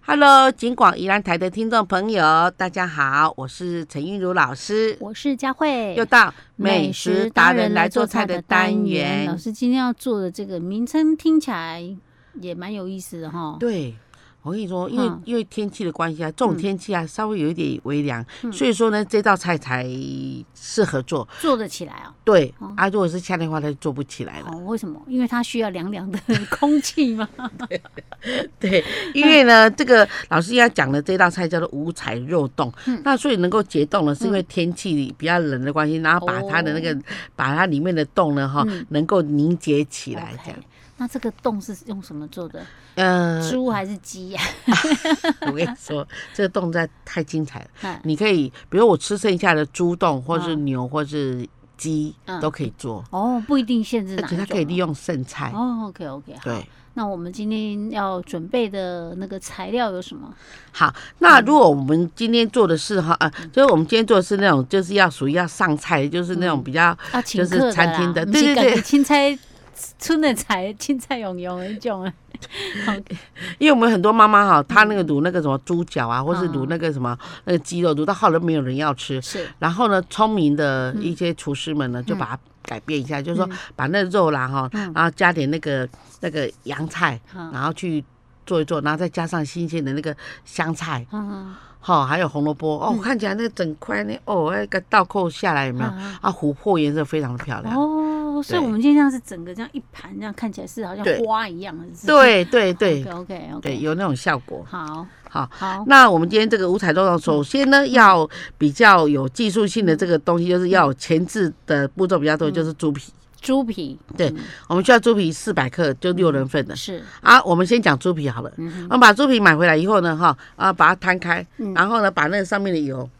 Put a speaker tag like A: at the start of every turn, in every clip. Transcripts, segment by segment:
A: Hello，金广宜兰台的听众朋友，大家好，我是陈韵如老师，
B: 我是佳慧，
A: 又到美食达人来做菜的单
B: 老
A: 元。
B: 师今天要做的这个名称听起来也蛮有意思的哈。
A: 对，我跟你说，因为、
B: 嗯
A: 因为天气的关系啊，这种
B: 嗯
A: 天气啊，稍微有一点微凉，所以说呢，这道菜才适合做。
B: 做得起来啊？
A: 对、
B: 哦
A: 啊，如果是夏天的话，它就做不起来了。
B: 哦，为什么？因为它需要凉凉的 空气嘛。
A: 对，因为呢，这个老师要讲的这道菜叫做五彩肉冻，
B: 嗯
A: 那所以能够解冻呢，是因为天气比较冷的关系，然后把它的那个、把它里面的冻呢，哈、
B: 哦嗯
A: 能够凝结起来这
B: OK，
A: 样。
B: 那这个洞是用什么做的？
A: 呃，
B: 猪还是鸡呀？
A: 我跟你说，这个冻在太精彩了，
B: 嗯
A: 你可以，比如我吃剩下的猪冻，或是
B: 嗯
A: 牛，或是鸡，
B: 嗯
A: 都可以做，
B: 哦，不一定限制
A: 而
B: 哪
A: 且它
B: 一
A: 可以利
B: 种
A: 用剩菜。
B: 啊。哦，OK OK，好。
A: 对，
B: 那我们今天要准备的那个材料有什么？
A: 好，那
B: 嗯
A: 如果我们今天做的是哈，呃，就是我们今天做的是那种，就是要属于要上菜，就是那
B: 嗯
A: 种比较
B: 要请
A: 就
B: 客
A: 是
B: 的啦，
A: 餐厅的
B: 不
A: 对对
B: 是家己
A: 对
B: 青菜 村的菜，青菜用用的那种啊。OK，
A: 因为我们很多妈妈哈，她那个卤那个什么猪脚啊，或是卤
B: 嗯
A: 那个什么那个鸡肉，卤到后来没有人要吃。
B: 是
A: 然后呢，聪明的一些厨师们呢，就把它改变一下，就是说把那肉啦哈，
B: 嗯
A: 然后加点那个那个洋菜，
B: 好。
A: 然后去做一做，然后再加上新鲜的那个香菜，
B: 嗯
A: 哈，还有红萝卜哦，看起来那整块呢，哦，那个倒扣下来有没有
B: 嗯嗯
A: 啊？琥珀颜色非常的漂亮。
B: 哦，所以
A: 对
B: 我们今天这样是整个这样一盘，这样看起来是好像
A: 对
B: 花一样，是不是
A: 对对对
B: ，OK OK
A: 对，
B: OK，
A: 有那种效果。
B: 好
A: 好，
B: 好，
A: 那我们今天这个五彩肉粽，首先呢
B: 嗯
A: 要比较有技术性的这个东西，就是要有前置的步骤比较多，
B: 嗯
A: 就是猪皮。
B: 猪皮
A: 对
B: 嗯
A: 我们需要猪皮四百克，就六人份的。
B: 是
A: 啊，我们先讲猪皮好了。
B: 嗯嗯哼
A: 我们把猪皮买回来以后呢，哈啊，把它摊开，
B: 嗯
A: 然后呢，把那个上面的油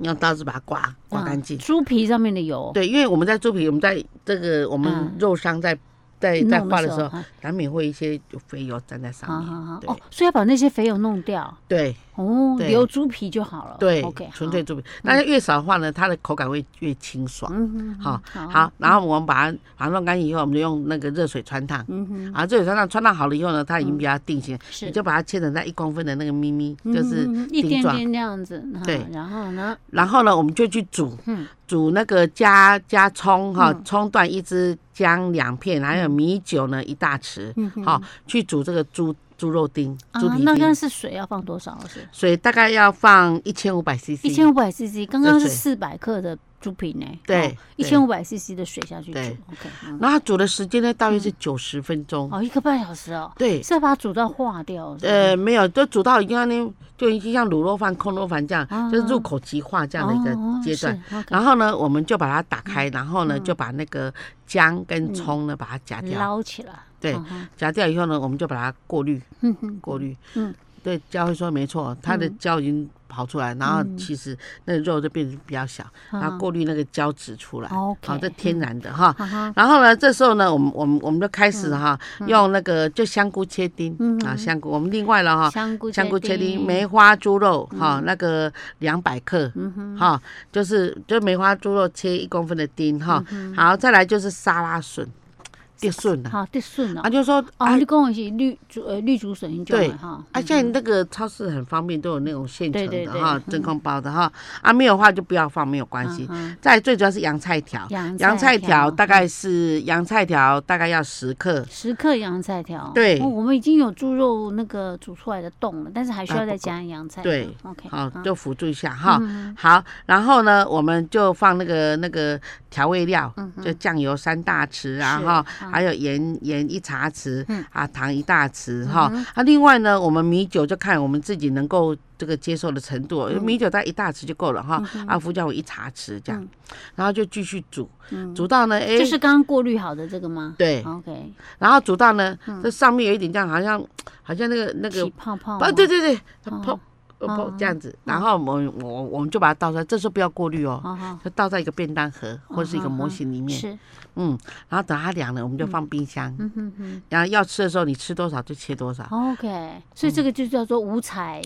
A: 用刀子把它刮刮干净
B: 嗯。猪皮上面的油，
A: 对，因为我们在猪皮，我们在这个我们
B: 嗯
A: 肉商在在在
B: 弄
A: 画的时候，
B: 啊
A: 难免会一些肥油沾在上
B: 好好
A: 面
B: 好。
A: 对
B: 哦，所以要把那些肥油弄掉，
A: 对
B: 哦，
A: 对
B: 留猪皮就好了，
A: 对
B: ，OK，
A: 纯
B: 好
A: 粹，猪皮，但是越少的话呢，它的口感会越清爽。
B: 嗯哼，
A: 好
B: 好
A: 好，，然后我们把它把它弄干净以后，我们就用那个热水穿烫。
B: 嗯哼，嗯
A: 啊，热水穿烫穿烫好了以后呢，它已经比较定型了，
B: 是嗯
A: 你就把它切成那一公分的那个咪咪，就是
B: 嗯嗯嗯一
A: 丁
B: 点
A: 状。
B: 点这样子，嗯
A: 对
B: 然后呢，
A: 然后呢，我们就去煮
B: 嗯，
A: 煮那个加加葱哈
B: 嗯，
A: 葱段一只，姜两片，还有米酒呢一大匙
B: 嗯，哼
A: 好去煮这个猪猪肉丁、
B: 啊
A: 猪，皮
B: 那刚
A: 丁，
B: 是水要放多少？是
A: 水大概要放一千五百 CC，
B: 一千五百 CC，刚刚是
A: 热
B: 四百克的猪皮呢，
A: 呃对
B: 一
A: 对
B: 千五百 CC 的水下去煮
A: 对
B: ，OK，嗯
A: 然后煮的时间呢，大约是九十分钟。
B: 哦，一个半小时哦，
A: 对，
B: 是要把它煮到化掉，是吗哦
A: 呃，没有，就煮到已经像那就已经像卤肉饭、空肉饭这样，
B: 啊
A: 就是入口即化这样的一个
B: 哦
A: 阶段。，
B: 是，OK，嗯
A: 然后呢，我们就把它打开，然后呢，就把那个姜跟葱呢，把它夹掉，
B: 捞起来，
A: 对
B: 嗯哼
A: 夹掉以后呢，我们就把它过滤，
B: 嗯哼
A: 过滤。
B: 嗯，
A: 对，焦会说没错，它的胶已经跑出来，然后
B: 嗯
A: 其实那个肉就变得比较小，然后
B: 啊
A: 过滤那个胶质出来，
B: OK，
A: 好，这
B: 嗯
A: 天然的哈。
B: 哈哈，
A: 然后呢，这时候呢，我们我们我们就开始哈，用那个就香菇切丁
B: 嗯
A: 啊，香菇。我们另外了哈，
B: 香菇
A: 香菇切丁、梅
B: 没，
A: 花猪肉哈，那个两百克
B: 嗯哼，
A: 哈，就是就梅花猪肉切一公分的丁哈。好，再来就是沙拉笋，地笋啊，
B: 嗯好，得顺了
A: 啊，，就是说
B: 哦，
A: 啊
B: 你跟我是绿竹呃绿竹笋就
A: 对
B: 哈，
A: 啊，现在那个超市很方便，都有那种现成
B: 对
A: 的
B: 对
A: 哈，真空包的哈。啊，没有的话就不要放，没有关系。
B: 嗯
A: 再来最主要是洋菜条，
B: 洋
A: 洋菜条大
B: 嗯
A: 概是洋菜条大概要十克，
B: 十克洋菜条，
A: 对
B: 哦我们已经有猪肉那个煮出来的冻了，但是还需
A: 啊
B: 要
A: 不
B: 再
A: 够
B: 加洋菜条。
A: 对
B: ，OK，
A: 好
B: 好，
A: 就辅助一下哈。
B: 嗯
A: 好，然后呢，我们就放那个那个调味料，
B: 嗯哼
A: 就酱油三大匙啊
B: 是
A: 哈，
B: 嗯
A: 还有盐盐一茶匙，
B: 嗯
A: 啊糖一大匙哈。啊，另外呢，我们米酒就看我们自己能够这个接受的程度，
B: 嗯
A: 米酒大概一大匙就够了哈。啊，胡椒粉一茶匙这样，
B: 嗯
A: 然后就继续煮，
B: 嗯
A: 煮到呢，哎、
B: 就是哦刚刚过滤好的这个吗？
A: 对，
B: ，OK，
A: 然后煮到呢，
B: 嗯
A: 这上面有一点这样，好像好像那个那个
B: 起泡泡吗
A: 啊，对，对对，它
B: 哦
A: 泡呃泡
B: 哦
A: 这样子，然后我们我我们就把它倒出来，这时候不要过滤哦。
B: 好好
A: 就倒在一个便当盒或者是一个模型里面，
B: 哦是，
A: 嗯，然后等它凉了，我们就放冰箱。
B: 嗯哼哼
A: 然后要吃的时候，你吃多少就切多少。
B: ，OK，所以
A: 嗯
B: 这个就叫做五彩，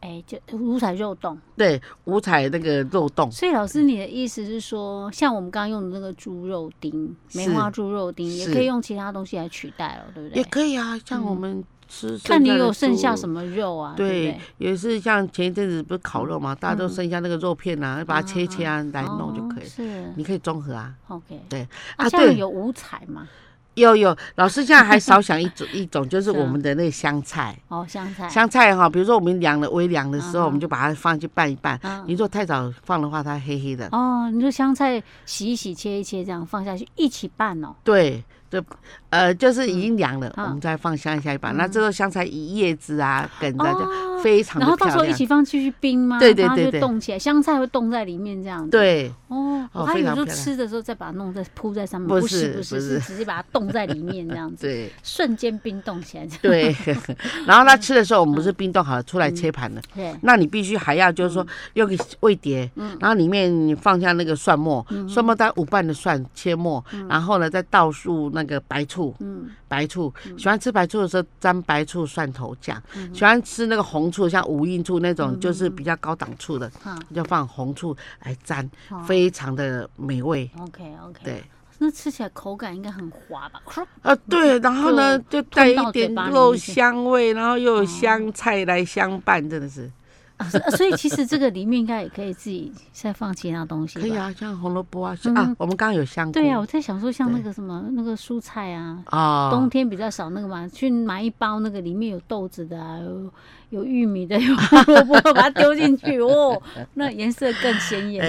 B: 哎，就五彩肉冻。
A: 对，五彩那个肉冻，
B: 所以老师，你的意思是说，像我们刚刚用的那个猪肉丁，梅
A: 是
B: 花猪肉丁，也
A: 是
B: 可以用其他东西来取代了，对不
A: 也
B: 对？
A: 可以啊。像我们吃
B: 嗯看你有剩下
A: 么。
B: 什么肉啊，对
A: 对
B: 不对？，嗯
A: 也是像前一阵子不是烤肉嘛，大家都剩下那个肉片啊，把它切一切啊来弄就
B: 哦
A: 可以了。
B: 是
A: 你可以综合啊，
B: ，OK。
A: 对
B: 啊，这样
A: 对，
B: 有五彩嘛？
A: 有有，老师现在还少想一 种一种，就是
B: 是啊
A: 我们的那个香菜。
B: 哦，香菜，
A: 香菜哈，比如说我们凉了微凉的时
B: 嗯
A: 候，
B: 哼
A: 我们就把它放进去拌一拌。
B: 嗯
A: 你如果太早放的话，它黑黑的。
B: 哦，你说香菜洗一洗，切一切，这样放下去一起拌哦。
A: 对对，呃，就是已经凉了，
B: 嗯
A: 我们再放香下一拌。那这时候香菜以叶子啊、梗子啊，
B: 哦
A: 就非常
B: 然后
A: 的
B: 到时
A: 漂
B: 候一
A: 亮。
B: 起放进去冰吗？
A: 对对
B: 然后
A: 对
B: 就
A: 对
B: 冻起来，香菜会冻在里面这样子。，
A: 对，
B: 哦，我
A: 哦
B: 还以
A: 非
B: 为
A: 常
B: 说
A: 漂亮
B: 吃的时候再把它弄在铺在上面，
A: 不
B: 不是
A: 是
B: 不是，
A: 不是
B: 是直接把它冻在里面这样 子，
A: 对
B: 瞬间冰冻起来这样。
A: 对。然后它吃的时候，我们
B: 嗯
A: 不是冰冻好了出来切盘的，
B: 对，
A: 那你必须还要就是
B: 嗯
A: 说用个味碟，然后里面放下那个蒜末，
B: 嗯
A: 蒜末大概五瓣的蒜切末，然后呢再倒入那个白醋，
B: 嗯，嗯
A: 白醋喜欢吃白醋的时候沾白醋蒜头酱，喜欢吃那个红醋像五印醋那种就是比较高档醋的，
B: 好
A: 就放红醋来沾，
B: 好
A: 非常的美味。
B: ，OK OK。
A: 对，
B: 那吃起来口感应该很滑吧？
A: 呃，对，然后呢，就带
B: 吞到
A: 一
B: 嘴
A: 点
B: 巴里面
A: 肉
B: 去
A: 香味，然后又有香菜来相伴，真的是
B: 啊是啊所以其实这个里面应该也可以自己再放其他东西。
A: 可以。啊，像红萝卜啊，像啊
B: 嗯，
A: 我们刚刚有香菇，
B: 对啊，我在想说像那
A: 对
B: 个什么那个蔬菜啊，
A: 啊，
B: 冬天比较少那个嘛，去买一包那个里面有豆子的、啊，有有玉米的，有胡萝卜，把它丢 进去哦，那颜色更鲜艳。嗯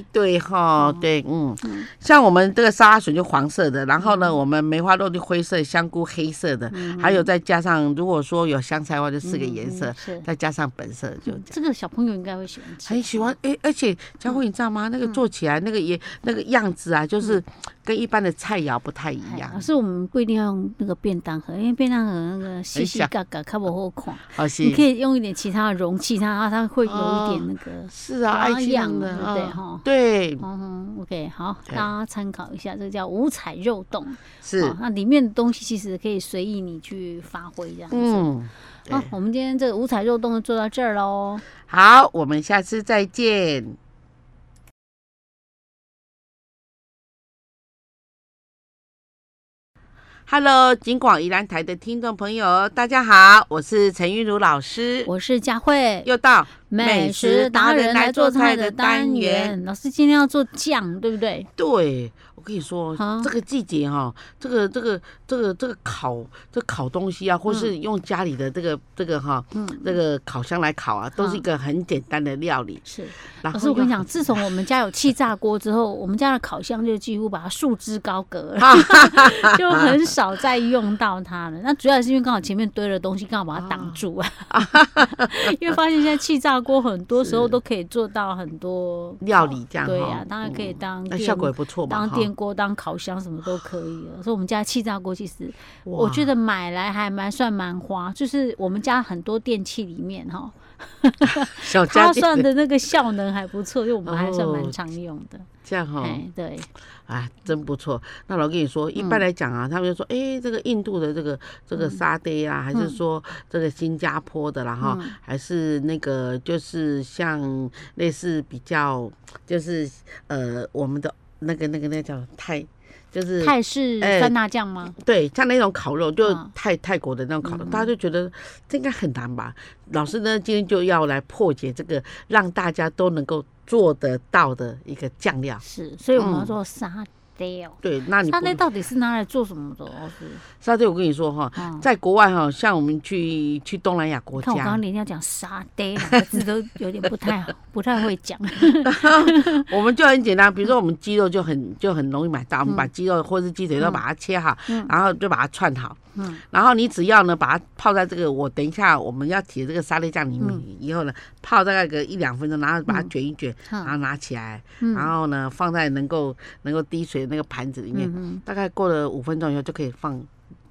A: 哎，对
B: 哦
A: 哈，对，嗯，像我们这个沙拉笋就黄色的，然后呢，
B: 嗯
A: 我们梅花肉就灰色，香菇黑色的，还有再加上如果说有香菜的话，就四个颜色
B: 嗯，是
A: 再加上本色就。
B: 这个小朋友应该会喜欢吃，
A: 很喜欢哎，而且佳慧，你知道
B: 嗯
A: 吗？那个做起来那个也那个样子啊，就是跟一般的菜肴不太一
B: 哎。
A: 样
B: 可。是我们不一定要用那个便当盒，因为便当盒那个细细
A: 小
B: 嘎嘎，看不好看。
A: 好是
B: 你可以用一点其他的容器，它它会有一点那个。
A: 是啊，
B: 花
A: 爱心
B: 样
A: 的
B: 对不对
A: 嗯
B: 哈
A: 对，
B: 嗯，OK，好，大
A: 对
B: 家参考一下，这个叫五彩肉冻。
A: 是
B: 哦，那里面的东西其实可以随意你去发挥这样子。
A: 嗯，对
B: 好，我们今天这个五彩肉冻就做到这儿喽。
A: 好，我们下次再见。Hello，金广宜兰台的听众朋友，大家好，我是陈玉茹老师，
B: 我是佳慧，
A: 又到
B: 美食达人来做菜的单元。。老师今天要做酱，对不对？
A: 对，我跟你说
B: 好，
A: 这个季节哈、这个这个这个这个烤这烤东西啊，或是用家里的这个这个哈、
B: 嗯，
A: 这个烤箱来烤啊，都是一个很简单的料理。
B: 是。
A: 然
B: 老
A: 后
B: 师，我跟你
A: 又
B: 讲，自从我们家有气炸锅之后，我们家的烤箱就几乎把它束之高阁了。 就很少再用到它了。那主要是因为刚好前面堆了东西，刚好把它挡住啊。 因为发现现在气炸锅很多时候都可以做到很多
A: 料理这样
B: 哦对呀、
A: 哈嗯
B: 当然可以当
A: 那
B: 电、
A: 效果也不错嘛，
B: 当
A: 哈
B: 电锅、当烤箱什么都可以了。所以我们家气炸锅其实我
A: 哇
B: 觉得买来还蛮算蛮花，就是我们家很多电器里面哈，
A: 小
B: 它
A: 家电
B: 算的那个效能还不错，就我们还算蛮
A: 哦
B: 常用的。
A: 这样哈，
B: 哎、对，
A: 啊，真不错。那老跟你说，一般
B: 嗯
A: 来讲啊，他们就说，哎，这个印度的这个这个沙爹啊，还是
B: 嗯
A: 说这个新加坡的啦哈，还是那个就是像类似比较就是呃我们的那个那个那个叫泰，就是
B: 泰式
A: 哎
B: 酸辣酱吗？
A: 对，像那种烤肉，就
B: 嗯
A: 泰、泰国的那种烤肉，大家就觉得这应该很难吧？老师呢，今天就要来破解这个，让大家都能够做得到的一个酱料。
B: 是，所以我们要
A: 嗯
B: 做沙爹哦。
A: 对，那你
B: 它
A: 不
B: 那到底是拿来做什么的？老师，
A: 沙爹，我跟你说哈，
B: 嗯
A: 在国外哈，像我们去去东南亚国
B: 看我刚
A: 家
B: 刚，连要讲沙爹两个字都有点不太好， 不太会 讲。
A: 我们就很简单，比如说我们鸡肉就很就很容易买
B: 嗯
A: 到，我们把鸡肉或是鸡腿都把它切好，然后就把它串好，
B: 嗯
A: 然后你只要呢把它泡在这个我等一下我们要提的这个沙律酱里面、以后呢，泡大概个一两分钟，然后把它卷一卷，
B: 嗯
A: 然后拿起来，然后呢放在能够能够滴水的那个盘子里面，
B: 嗯
A: 大概过了五分钟以后就可以放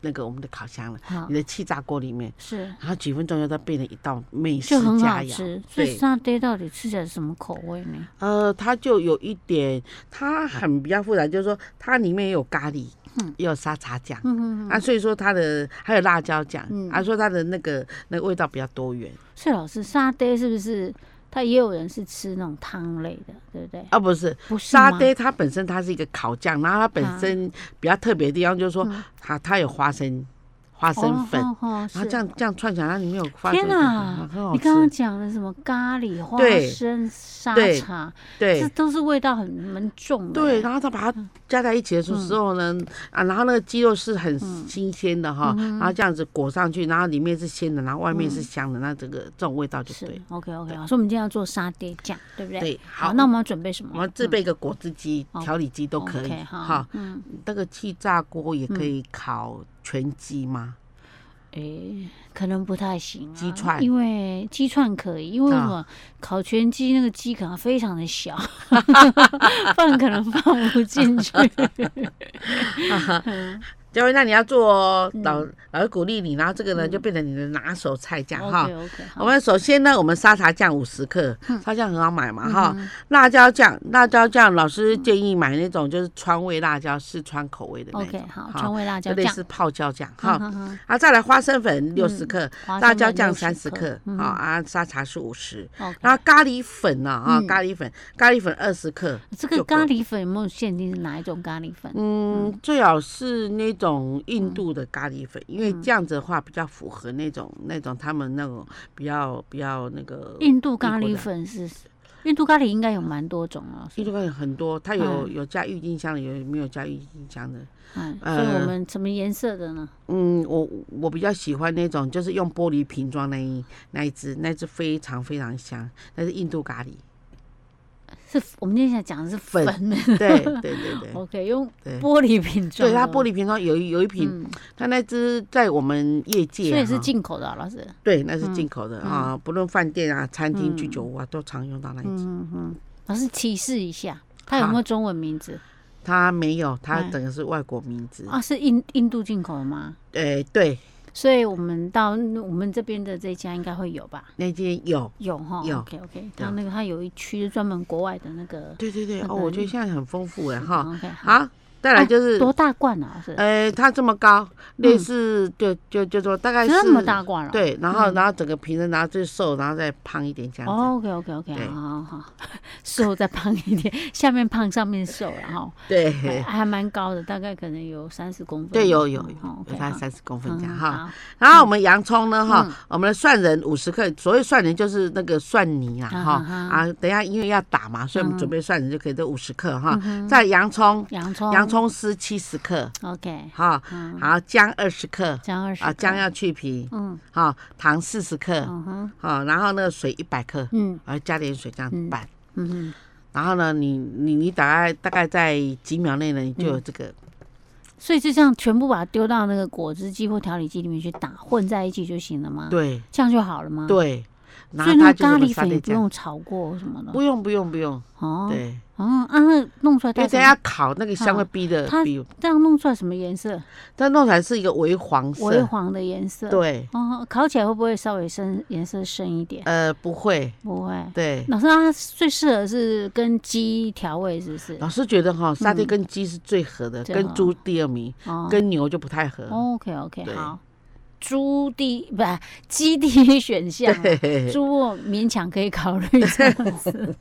A: 那个我们的烤箱了，
B: 嗯，好
A: 你，的气炸锅里面。
B: 是
A: 然后几分钟以后，它变成一道美食
B: 就很
A: 佳
B: 好
A: 肴。
B: 吃。所以
A: 对，
B: 沙爹到底吃起来是什么口味呢？
A: 呃，它就有一点，它很比较复杂，就是说它里面也有咖喱，也有沙茶酱，
B: 嗯嗯嗯。
A: 啊，所以说它的还有辣椒酱，
B: 嗯
A: 啊，说它的那个那个味道比较多元。
B: 所以老师，沙爹是不是它也有人是吃那种汤类的，对不对？
A: 啊，不是
B: 不是吗啊
A: 沙爹，它本身它是一个烤酱，然后它本身比较特别的地方就是说，它它有花生。花生粉，
B: 嗯哦哦哦
A: 然后
B: 是
A: 这样这样串起来，它里面有花生
B: 天
A: 粉，
B: 哪
A: 很好
B: 你刚刚
A: 吃。
B: 讲的什么咖喱、花
A: 对
B: 生、沙
A: 对
B: 茶，这
A: 对
B: 都是味道很蛮重的。
A: 对，，然后它把
B: 嗯
A: 它加在一起的时候时候呢，啊，然后那个鸡肉是很
B: 嗯
A: 新鲜的哈，然后这样子裹上去，然后里面是鲜的，然后外面
B: 嗯
A: 是香的，那这个这种味道就是对。
B: OK OK。所以我们今天要做沙爹酱，对不对？
A: 对，好，
B: 好，那我们要准备什么？
A: 我们自备一个果汁机、
B: 嗯
A: 调理机都可以
B: OK，好
A: 哈。
B: 嗯，
A: 那个气炸锅也可以烤全鸡吗？
B: 诶，可能不太行、啊。
A: 鸡串
B: 因为鸡串可以，因为
A: 啊
B: 我烤全鸡那个鸡可能非常 的小，放可能放不进去。
A: 嘉威，那你要做哦，老老师鼓励你，然后这个呢就变成你的拿手菜这样哈。
B: 嗯 OK OK 好。
A: 我们首先呢，我们沙茶酱五十克，沙酱很好买
B: 嗯
A: 嘛哈。辣椒酱，辣椒酱老师建议买那种就是川味辣椒，四川口味的那
B: OK
A: 种，
B: 好，川味辣椒
A: 就类
B: 酱。
A: 似泡椒酱哈。
B: 哈哈哈
A: 啊，再来花生粉六十
B: 嗯
A: 克，
B: 花
A: 辣
B: 生
A: 椒
B: 粉
A: 酱
B: 60
A: 三十克，好
B: 嗯
A: 啊，沙茶是五十。
B: OK，
A: 然后咖喱粉呢啊，
B: 嗯
A: 咖喱粉，咖喱粉二十克，
B: 这个
A: 就够了
B: 咖喱粉有没有限定是哪一种咖喱粉？
A: 嗯，最好是那种印度的咖喱粉，因为
B: 嗯
A: 这样子的话比较符合那种那种他们那种比较比较那个
B: 印度咖
A: 英国
B: 喱
A: 的
B: 粉是，印度咖喱应该有蛮多种哦。
A: 印
B: 是
A: 度
B: 吧
A: 咖喱很多，它有有加郁金香的，有没有加郁金香的？
B: 嗯，所
A: 呃
B: 以我们什么颜色的呢？
A: 嗯，我我比较喜欢那种，就是用玻璃瓶装那一那一只，那只非常非常香，那是印度咖喱。
B: 是我们今天想讲的是粉
A: 粉。对对对 对
B: OK，用
A: 对。
B: 玻璃瓶装
A: 对
B: 的
A: 它
B: 哦。
A: 玻璃瓶装有一有一瓶，
B: 嗯，
A: 它那只在我们业界、啊，
B: 所以是进口的啊，老师。
A: 对，那是进口的啊，不论饭店啊、餐厅、居酒屋啊，都常用到那一只。
B: 嗯嗯，老师提示一下，它有
A: 好
B: 没有中文名字
A: 它没有，它
B: 哎
A: 整个是外国名字。
B: 啊？是印印度进口的吗？
A: 哎，对，
B: 所以我们到我们这边的这家应该会有吧？
A: 那间有。
B: 有哈
A: 有
B: ，OK OK，它那个它有一区专门国外的那个
A: 对对对，
B: 那
A: 哦，
B: 个
A: 我觉得现在很丰富哎哈。
B: ，OK，好，
A: 好，再来就是，
B: 啊多大罐啊？是
A: 哎，它这么高，类似就就就说大概是
B: 这么大哦罐啊了？
A: 对，然后然后整个平人，然后最瘦，然后再胖一点这样子。
B: 哦，OK OK OK，
A: 对
B: 好好好， 瘦再胖一点，下面胖上面瘦，然后还
A: 对
B: 还蛮高的，大概可能有三十公分。
A: 对，有有
B: 哦
A: 有，
B: ，OK，
A: 它
B: 好
A: 三十公分这样
B: 嗯
A: 哈。
B: 好
A: 然后我们洋葱呢哈，我们的蒜仁五十克，所谓蒜仁就是那个蒜泥啦
B: 啊
A: 哈
B: 哈嗯哈
A: 啊，等一下因为要打嘛，所以我们准备蒜仁就可以这五十克
B: 嗯
A: 哈。再洋葱，
B: 洋葱，
A: 洋葱丝七十克
B: OK，
A: 哈，
B: 哦嗯，
A: 好姜二十克
B: 姜二十
A: 啊，姜，要去皮
B: 嗯
A: 哈，糖四十克
B: 嗯哼，
A: 哈，然后那个水一百克，
B: 嗯
A: 然后加点水这样拌，
B: 嗯哼，
A: 然后呢，你你你大概大概在几秒内呢，你就有这个
B: 所以就这样全部把它丢到那个果汁机或调理机里面去打混在一起就行了吗？，
A: 对
B: 这样就好了吗？，
A: 对，然
B: 嗯所
A: 后
B: 以
A: 它
B: 那个
A: 就是
B: 咖喱
A: 沙
B: 粉也
A: 爹
B: 不
A: 酱，
B: 用炒过什么的。
A: 不用不用不用，
B: 哦，
A: 对。啊
B: 哦，啊，那弄出来
A: 因
B: 它
A: 为
B: 什
A: 等
B: 么
A: 下烤那个香会逼的
B: 它
A: 逼，
B: 这样弄出来什么颜色？
A: 但弄起来是一个微黄
B: 微
A: 色，
B: 黄的颜色。。
A: 对，
B: 哦，烤起来会不会稍微深颜色深一点？
A: 呃，不会，
B: 不会。
A: 对。
B: 老师，那它最适合是跟鸡调味，是不是？
A: 老师觉得哈，沙爹跟鸡是最合的，
B: 嗯最合
A: 跟猪第二名，
B: 哦
A: 跟牛就不太合。
B: ，OK OK，
A: 对
B: 好。猪第不鸡第一选项啊，
A: 嘿嘿嘿
B: 猪我勉强可以考虑这样 子。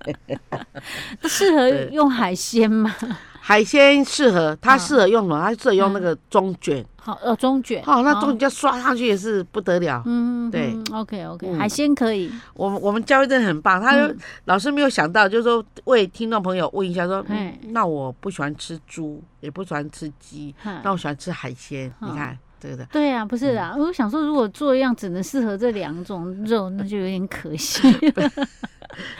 B: 那适合
A: 对
B: 用海鲜吗？
A: 海鲜适合，它适合用什么？它适合用那个
B: 嗯
A: 中卷，
B: 好，呃，中卷。
A: 哦，那中卷要刷上去也是不得了。
B: 嗯，嗯，
A: 对
B: ，OK OK，
A: 嗯
B: 海鲜可以。
A: 我们我们教育真的很棒，他就
B: 嗯
A: 老师没有想到，就是说为听众朋友问一下说，嗯
B: 嘿
A: 那我不喜欢吃猪，也不喜欢吃鸡，
B: 哈
A: 那我喜嗯欢吃海鲜。你
B: 嗯
A: 看这个的，
B: 对啊，不是啦，我想说，如果做一样只能适合这两种肉，那就有点 可惜。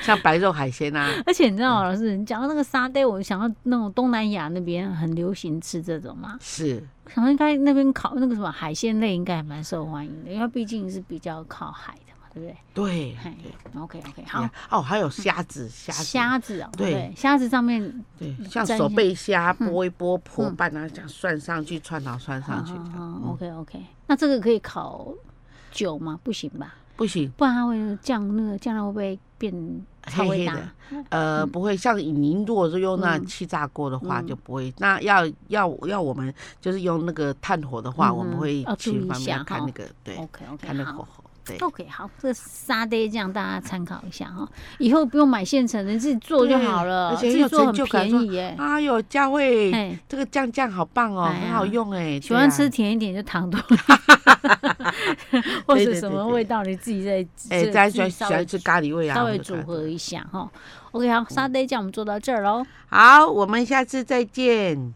A: 像白肉海鲜啊，
B: 而且你知道，老师，你讲到那个沙爹，我想到那种东南亚那边很流行吃这种嘛。
A: 是
B: 我想到应该那边烤那个什么海鲜类，应该还蛮受欢迎的，因为它毕竟是比较靠海的嘛，对不对？
A: 对，
B: 嘿，OK OK，
A: 你
B: 好嗯
A: 看，哦，还有虾子，虾子，
B: 虾子哦，
A: 对
B: 对，虾子上面，
A: 对，像
B: 蘸一
A: 手
B: 下
A: 背虾
B: 嗯
A: 剥一剥破半，然后这样涮上去，串好涮上
B: 哦
A: 去，这样嗯
B: OK OK，那这个可以烤久吗？不行吧，
A: 不行，
B: 不然它会酱那个酱料会不会变超
A: 黑
B: 味
A: 黑
B: 大？
A: 的，呃，不会像您如果是用那
B: 嗯
A: 气炸锅的话
B: 嗯
A: 就不会，那要要要我们就是用那个炭火的话，我
B: 嗯
A: 们会
B: 要注
A: 去
B: 意一
A: 方面
B: 下
A: 要看
B: 哈
A: 那个对，
B: OK OK，
A: 看那个
B: 好
A: 火候，对，
B: OK，好，这沙爹酱大家参考一下哈，以后不用买现成的，自己做就好了，
A: 对而且
B: 自
A: 很
B: 己
A: 有
B: 做
A: 成
B: 很
A: 就感
B: 便
A: 说
B: 宜耶、
A: 哎呦，佳慧，
B: 哎
A: 这个酱酱好棒哦，
B: 哎呀
A: 很好用哎，
B: 喜
A: 对
B: 欢
A: 啊
B: 吃甜一点就糖 多一点，或者什么味道你自己再
A: 哎，
B: 自
A: 大家
B: 自
A: 喜欢
B: 己
A: 喜
B: 稍微
A: 欢吃咖喱味啊，
B: 稍
A: 或
B: 微
A: 者
B: 组
A: 咖喱
B: 合一下哈。OK，好，沙爹酱我们做到这儿喽。
A: 好，我们下次再见。